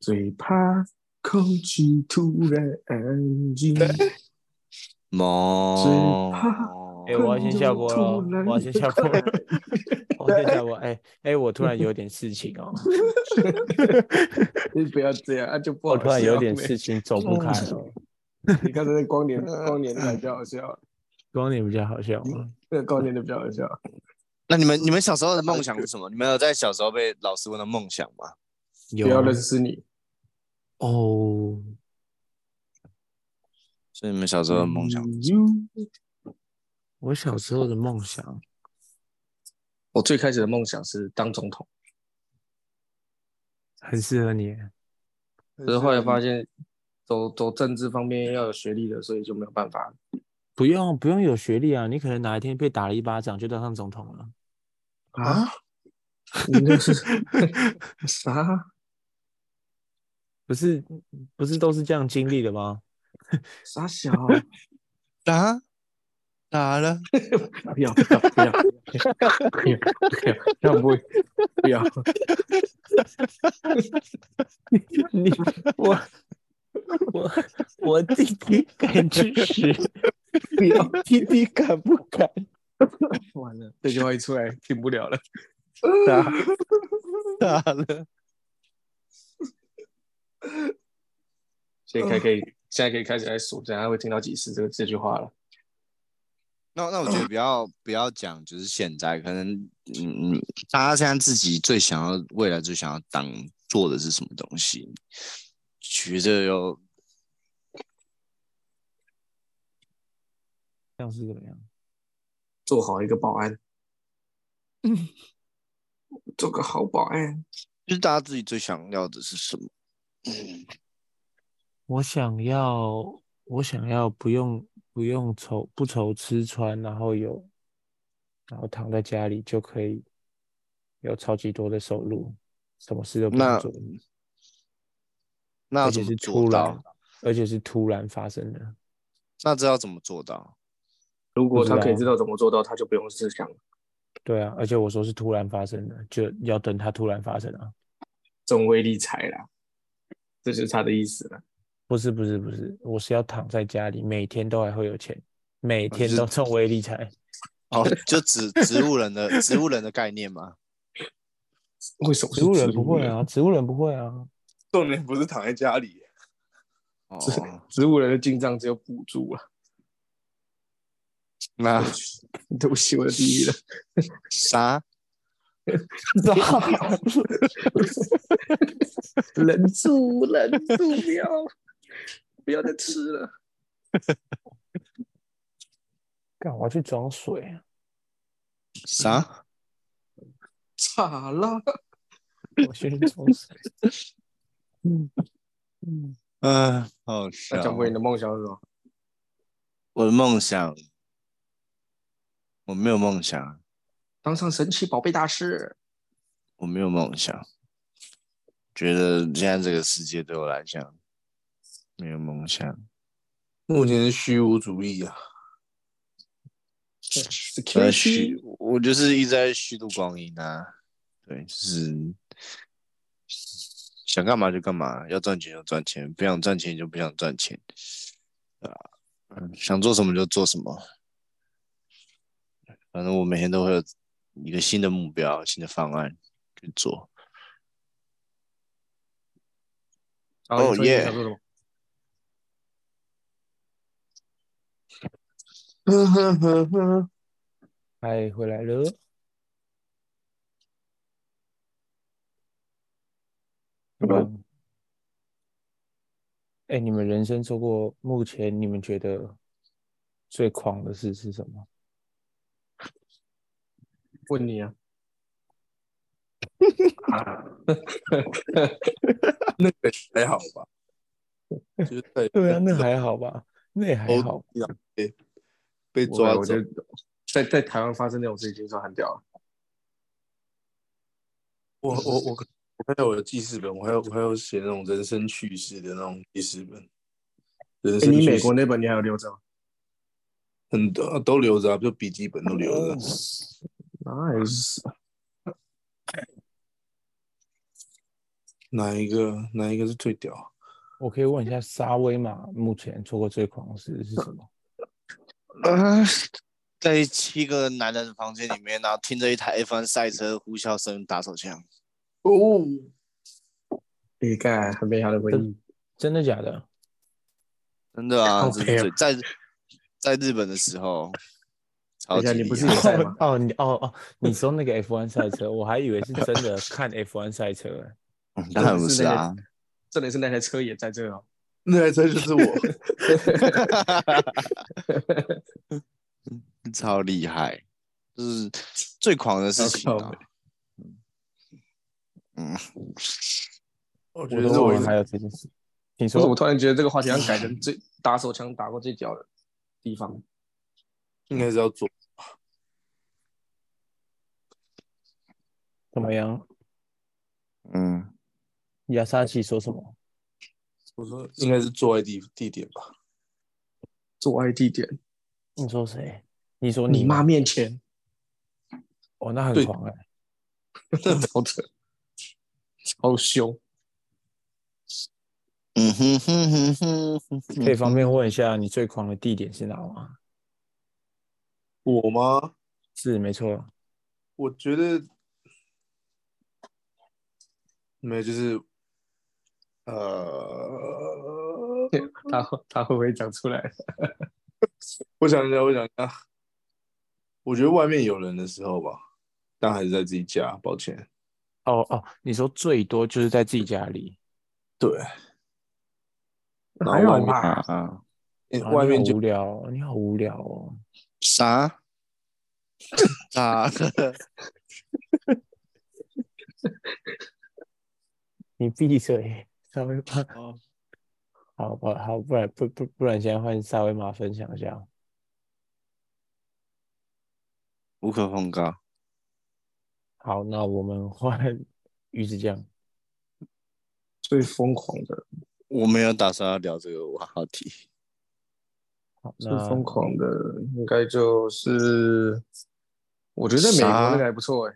S4: 最怕空气突然安静，
S3: 猛！哦
S2: 哎、我要先下播了，哦我要先下播了，我要先下播。哎、哎、我突然有点事情 哦，
S4: 不要这样，啊就不
S2: 我
S4: 好
S2: 突然有
S4: 笑
S2: 点
S4: 了
S2: 事情走不 开了。
S4: 你刚才那光年光年的比较好笑，
S2: 光年比较好笑吗？
S4: 那个光年的比较好笑。
S3: 那你们你们小时候的梦想是什 么？你们有在小时候被老师问到梦想吗？
S2: 有
S4: 不要
S2: 啊
S4: 认识你，
S2: 哦，
S3: 所以你们小时候的梦想，
S2: 我小时候的梦想，
S4: 我最开始的梦想是当总统，
S2: 很适合你。
S4: 可是后来发现走走政治方面要有学历的，所以就没有办法。
S2: 不用不用有学历啊，你可能哪一天被打了一巴掌就当上总统了。
S4: 啊？ 你那是 啥？
S2: 不是不是都是这样经历的吗？
S4: 傻 小？
S3: 打打了，
S4: 不要不要不要不要不要不要不要！
S2: 你我 我我弟弟敢吃屎，
S4: 不要！
S2: 弟弟敢不敢？
S4: 完了，这句话一出来停不 了了。
S3: 打了，
S4: 现在可以，现在可以开始来数，等下会听到几次这个这句话了。
S3: 那那我觉得不 要不要讲，就是现在可能嗯嗯，大家现在自己最想要未来最想要当做的是什么东西？觉得有
S2: 像是怎么样？
S4: 做好一个保安，嗯做个好保安。
S3: 就是大家自己最想要的是什么？
S2: 我想要我想要不用不用愁不愁吃穿，然后有然后躺在家里就可以有超级多的收入，什么事都不用
S3: 那
S2: 做。
S3: 那要
S2: 而
S3: 怎
S2: 且
S3: 么
S2: 是
S3: 做
S2: 突然
S3: 到？，
S2: 而且是突然发生的。
S3: 那这要怎么做到？
S4: 如果
S2: 不
S4: 他
S2: 知道
S4: 可以知道怎么做到，他就不用自想了。
S2: 对啊，而且我说是突然发生的，就要等它突然发生啊。
S4: 中微理财啦，这就是他的意思了。
S2: 不是不是不是，我是要躺在家里，每天都还会有钱，每
S3: 就
S2: 天
S3: 是
S2: 都中微理财。
S3: 哦，就植植物人的植物人的概念嘛。
S4: 为什么是
S2: 植物人不会？啊，植物人不会啊。
S1: 重点不是躺在家里，
S3: 哦，
S4: 植物人的进账只有补助了。
S3: 那
S4: 对不起，我的地狱了。
S3: 啥？
S4: 忍住，忍住，不要，不要再吃了。
S2: 干，我要去装水啊。
S3: 啥？
S4: 咋了？
S2: 我先冲水。
S1: 哎
S3: 嗯，好
S4: 那
S3: 笑。
S1: 哦
S4: 讲回你的梦想是什么？
S3: 我的梦想，我没有梦想，
S4: 当上神奇宝贝大师。
S3: 我没有梦想。觉得现在这个世界对我来讲没有梦想。
S1: 目前是虚无主义啊，
S4: 呃
S3: 我在虚，我就是一直在虚度光阴啊。对，就是想干嘛就干嘛，要赚钱就赚钱，不想赚钱就不想赚钱，对啊，嗯想做什么就做什么。反正我每天都会有一个新的目标、新的方案去做。
S4: 然后
S3: 哦
S4: 你最近
S3: 耶
S4: 想做什么？
S2: 嗨，哎回来了。嗯，哎，你们人生做过目前你们觉得最狂的事是什么？
S4: 问你啊。啊
S1: 那个还好吧？就是在
S2: 对啊，那哦还好吧，那也还好。
S1: 被
S4: 我
S1: 抓
S4: 我
S1: 走
S4: 觉，得在在台湾发生那种事情已经算很屌了。
S1: 我我我我看到我的记事本，我还有我还有写那种人生趣事的那种记事本，人
S4: 哎，
S1: 生
S4: 你
S1: 趣
S4: 美
S1: 事
S4: 国那本你还有留着吗？
S1: 很多都留着啊，就笔记本都留着。啊
S4: Nice，
S1: 哪一个哪一个是最屌？啊
S2: 我可以问一下沙威玛目前做过最狂的事是什么？
S3: 呃，在七个男人的房间里面，然后听着一台 F1 赛车呼啸声打手枪。
S1: 哦，
S4: 你看很美好的回忆。
S2: 真的假的？？
S3: 真的啊，
S4: 靠
S3: 这是
S4: 背啊
S3: 最在在日本的时候，
S4: 等
S3: 超
S4: 一下
S3: 级
S4: 你不是
S3: 厉害
S4: 也在 吗
S2: 哦，你哦哦，你说那个 F1 赛车，我还以为是真的看 F1 赛车欸。
S3: 嗯当然不是啊，
S4: 重点是那台车也在这 哦。
S1: 那台车 就是我。
S3: 啊 超厉害，就是最狂的事情、
S4: 我
S3: 啊
S4: 靠。
S3: 嗯，
S1: 我觉
S2: 我
S1: 得
S2: 都
S1: 是我
S2: 忘
S1: 一
S2: 了
S1: 直
S2: 还有这件事。你
S4: 我怎
S2: 说
S4: 么突然觉得这个话题要改成最打手枪打过最屌的地方？
S1: 应该是要做，
S2: 怎么样？
S3: 嗯，
S2: 亚萨奇说什么？
S1: 我说应该是做爱地地点吧。
S4: 做爱地点，
S2: 你说谁？你说
S4: 你
S2: 吗
S4: 妈面前，
S2: 哦，那很
S1: 对
S2: 狂哎、
S4: 超扯，超凶。
S3: 嗯哼哼哼哼哼哼，
S2: 可以方便问一下你最狂的地点是哪吗？
S1: 我吗？
S2: 是，没错。
S1: 我觉得没有，就是呃，
S4: 他会他会不会讲出来？
S1: 我想一下，我想一下，我觉得外面有人的时候吧，但还是在自己家，抱歉。
S2: 哦哦，你说最多就是在自己家里，
S1: 对，
S4: 还好
S3: 啊
S4: 吧？
S3: 啊，
S1: 诶
S2: 啊
S1: 外面
S2: 你好
S1: 就
S2: 无聊哦，你好无聊哦。
S3: 啥？ 啥？
S2: 你闭嘴，稍微吧。
S3: 哦
S2: 好吧，好，不然不不不然，现在换萨维玛分享一下。
S3: 无可奉告。
S2: 好，那我们换鱼子酱。
S4: 最疯狂的，
S3: 我没有打算要聊这个话题。
S2: 好，
S4: 最
S2: 那
S4: 疯狂的应该就是，我觉得在美国
S3: 啥
S4: 那个还不错哎、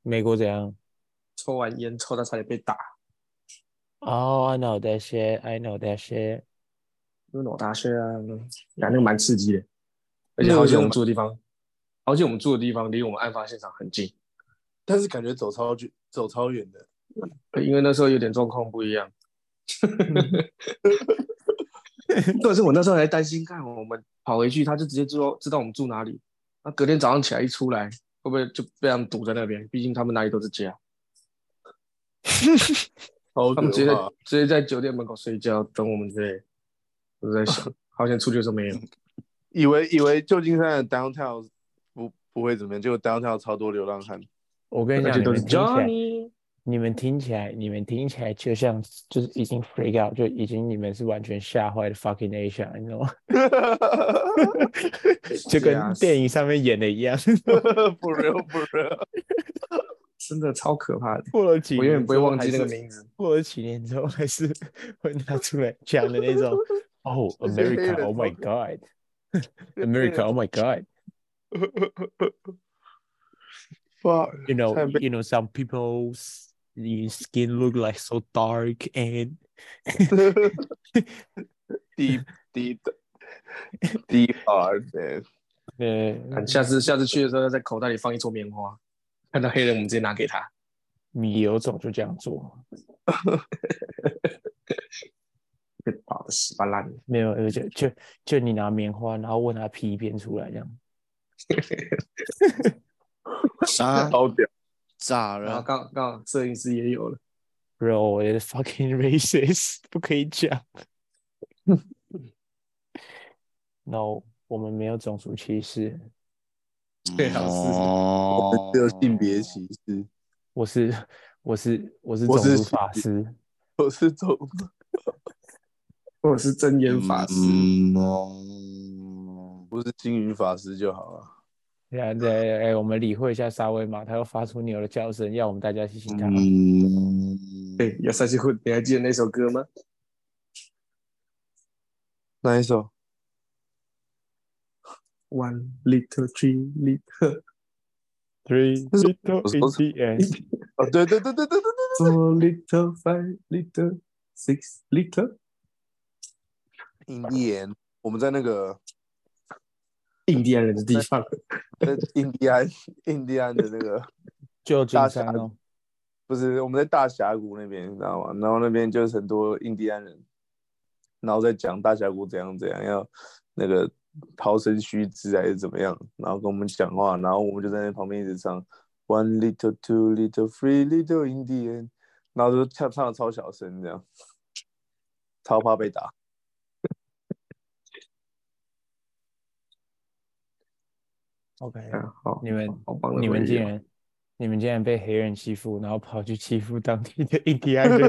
S2: 美国怎样？
S4: 抽完烟抽到差点被打，
S2: 哦、i know that shit. I know that shit.
S4: 那种大学啊，感觉蛮刺激的。而且
S1: 那个
S4: 好险
S1: 就
S4: 我们住的地方，好险我们住的地方离我们案发现场很近，
S1: 但是感觉走超距走超远的，
S4: 因为那时候有点状况不一样。
S2: 嗯
S4: 但是我那时候还担心，看我们跑回去，他就直接知道知道我们住哪里。那隔天早上起来一出来，会不会就被他们堵在那边？毕竟他们哪里都是家，
S1: 超
S4: 他们直接
S1: 可
S4: 在
S2: 啊
S1: 怕。
S4: 直接在酒店门口睡觉等我们之类。我 在想，好险出去的时候没有。
S1: 以为以为旧金山的 downtown 不不会怎么样，结果 downtown 超多流浪汉，
S2: 我跟你讲，
S4: 而
S2: 啊
S4: 且
S2: 你
S4: 都
S2: 们
S4: 是
S2: 听起来，
S4: Johnny。
S2: 你们听起来，你们听起来就像就是已经 freak out，就已经你们是完全吓坏的 fucking Asia，你知 道吗？ 就跟电影上面演的一 样，
S1: 不 real 不 real，
S4: 真的超可怕的，
S2: 过了几
S4: 我永
S2: 年
S4: 远不会
S2: 之后
S4: 忘记
S2: 还
S4: 那个
S2: 是
S4: 名字。
S2: 过了几年之后还是会拿出来讲的 那 种。哦、
S1: 这些黑人
S2: oh,，America，Oh Oh, my
S1: 超
S2: God，America，Oh my God，You
S1: fuck，太悲
S2: know，You know some people's skin look like so dark and
S1: 低低的低 R 的，
S2: 呃，
S4: 下次下次去的时候要在口袋里放一撮棉花，看到黑人我们直接拿给他。
S2: 你有种就这样做。
S4: 被打的稀巴烂的，
S2: 没有，呃就就就你拿棉花，然后问他皮鞭出来这样。
S3: 啥
S1: 超屌，
S3: 咋
S2: 啊
S4: 然后
S3: 了？
S4: 刚刚好摄影师也有了，
S2: Bro，我的 fucking racist，不可以 讲。No，我们没有种族歧视，
S4: 最好是
S3: 哦，
S1: 只有性别歧视，
S2: 我是我是我是
S1: 我
S2: 种
S1: 是
S2: 族法师。
S1: 我是走
S4: 或者是真言法师，
S3: 嗯哦，
S1: 不是金鱼法师就好了。
S2: 对啊，对，哎，我们理会一下沙威玛，他又发出牛的叫声，要我们大家提醒他。
S3: 嗯，
S4: 对，要塞西混，你还记得那首歌吗？
S1: 哪一首？
S4: One little tree, little
S2: Three
S1: 这是
S2: little
S1: 我说
S2: in the end，
S1: 哦，对对对对对对对，
S4: four, little five, little six, little。
S1: 印第安，我们在那个
S4: 印第安人的地方，
S1: 在印第安印第安的那个
S2: 旧金
S1: 大
S2: 山
S1: 峡
S2: 哦，
S1: 不是我们在大峡谷那边，你知道吗？然后那边就是很多印第安人，然后在讲大峡谷怎样怎样要那个逃生须知还是怎么样，然后跟我们讲话，然后我们就在那旁边一直唱 one little two little three little Indian，然后就唱唱的超小声这样，超怕被打。
S2: OK，
S4: 啊好，
S2: 你们
S4: 好棒的
S2: 你
S4: 回
S2: 们
S4: 忆
S2: 竟
S4: 哦
S2: 然你们竟然被黑人欺负，然后跑去欺负当地的印第 安人，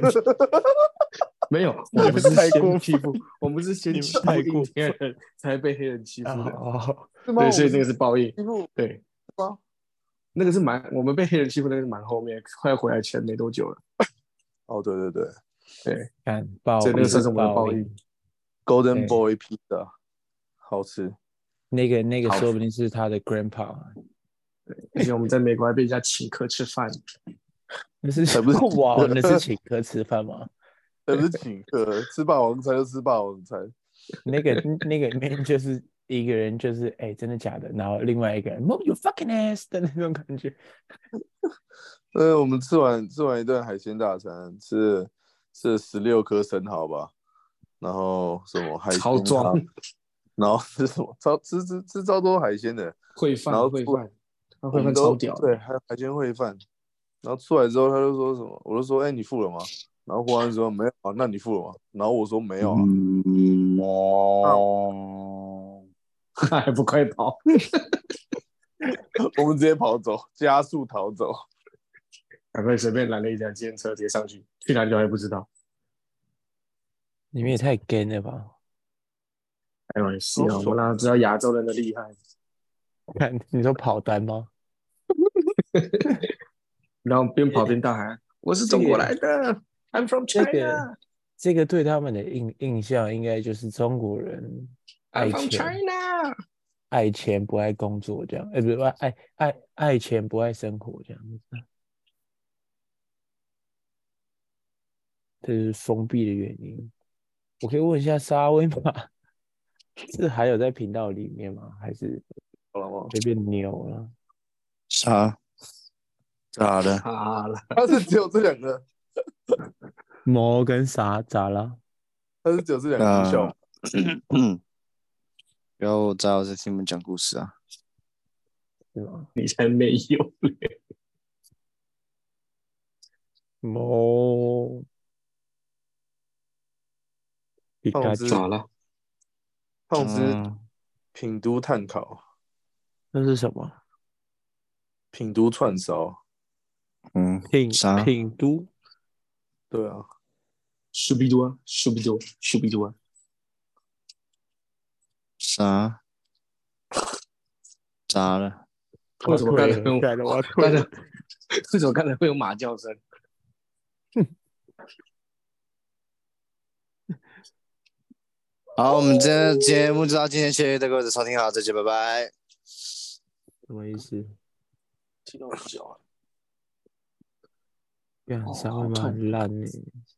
S4: 没有，我们是
S2: 太过
S4: 先
S2: 分
S4: 欺负，我们是先
S2: 你们
S4: 欺负
S2: 太过
S4: 印第安人，才被黑人欺负的。
S2: 哦，
S1: 是吗
S4: 对，所以这个
S1: 是
S4: 是报应。
S1: 欺负
S4: 对，
S1: 吗？
S4: 那个是蛮，我们被黑人欺负，那个是蛮后面，快回来前没多久了。
S1: 哦，对对对
S2: 干暴
S4: 所以那
S2: 力
S4: 个算是我们的
S2: 暴
S4: 报
S2: 力
S4: 应。
S2: 对
S1: ，Golden Boy Pizza 好吃。
S2: 那个那个
S4: 好
S2: 说不定是他的 grandpa，
S4: 而且我们在美国还被人家请客吃饭，
S2: 那是
S1: 才不是
S2: 哇，那是请客吃饭吗？
S1: 那呃不是请客，吃霸王餐就吃霸王餐，
S2: 那个那个里面就是一个人就是哎、真的假的，然后另外一个人 move your fucking ass 的那种感觉，
S1: 呃，我们吃完吃完一顿海鲜大餐，吃了吃了十六颗生蚝吧，然后什么海鲜
S4: 超
S1: 汤
S4: 装，
S1: 然后吃什么超吃吃吃超多海鲜的，
S4: 烩
S1: 然后
S4: 饭，烩
S1: 出
S4: 饭，他
S1: 我
S4: 烩
S1: 们
S4: 饭
S1: 都
S4: 超屌的。
S1: 对，还有海鲜烩饭，然后出来之后他就说什么，我就说哎、你付了吗？然后胡安说没有啊，那你付了吗？然后我说没有啊，
S3: 嗯哦，
S4: 还不快跑！
S1: 我们直接跑走，加速逃走，
S4: 赶快啊随便拦了一辆自行车，直接上去，去哪里都还不知道。
S2: 你们也太 gay 了吧！
S4: 开玩笑，
S2: 哦
S1: 好
S4: 啊我
S1: 爽
S4: 哪知道亚洲人的厉害？
S2: 看你说跑单吗？
S4: 然后边跑边大喊：“我是中国来的，I'm from
S2: 这 个
S4: China，I'm
S2: 这个对他们的印印象应该就是中国人爱
S4: from
S2: 钱
S4: China。
S2: 爱钱不爱工作这样，哎、不是爱爱爱爱钱不爱生活这样子，这是封闭的原因。我可以问一下沙威玛，这还有在频道里面吗？还是
S1: 好了吗？
S2: 随便扭啊了？
S3: 啥咋”了？
S4: 好了，
S1: 他是只有这两个，
S2: 摩跟啥咋了？
S1: 他是只有这两个
S3: 啊
S1: 不笑话。
S3: 嗯，不要再我在听你们讲故事啊！
S2: 是吗？
S4: 你才没有。
S2: 摩，皮
S1: 放
S2: 卡
S1: 之
S2: 丘
S4: 好了，
S1: 胖子
S3: 嗯
S1: 品读碳烤，
S2: 那是什么？
S1: 品读串烧，
S3: 嗯，
S2: 品
S3: 啥
S2: 品都
S4: 对啊，数比多，数比多，数比多，啊
S3: 啥？咋了？
S4: 为什么刚才会有
S2: 干的？我 要退
S4: 刚才
S2: 了
S4: 为什么刚才会有马叫声？
S3: 好，我们今天的节目就到今天，谢谢各位的收听，好，再见，拜拜。
S2: 什么意思？
S4: 听到我叫啊。
S2: 干啥
S4: 好
S2: 嘛
S4: 痛
S2: 很烂呢？欸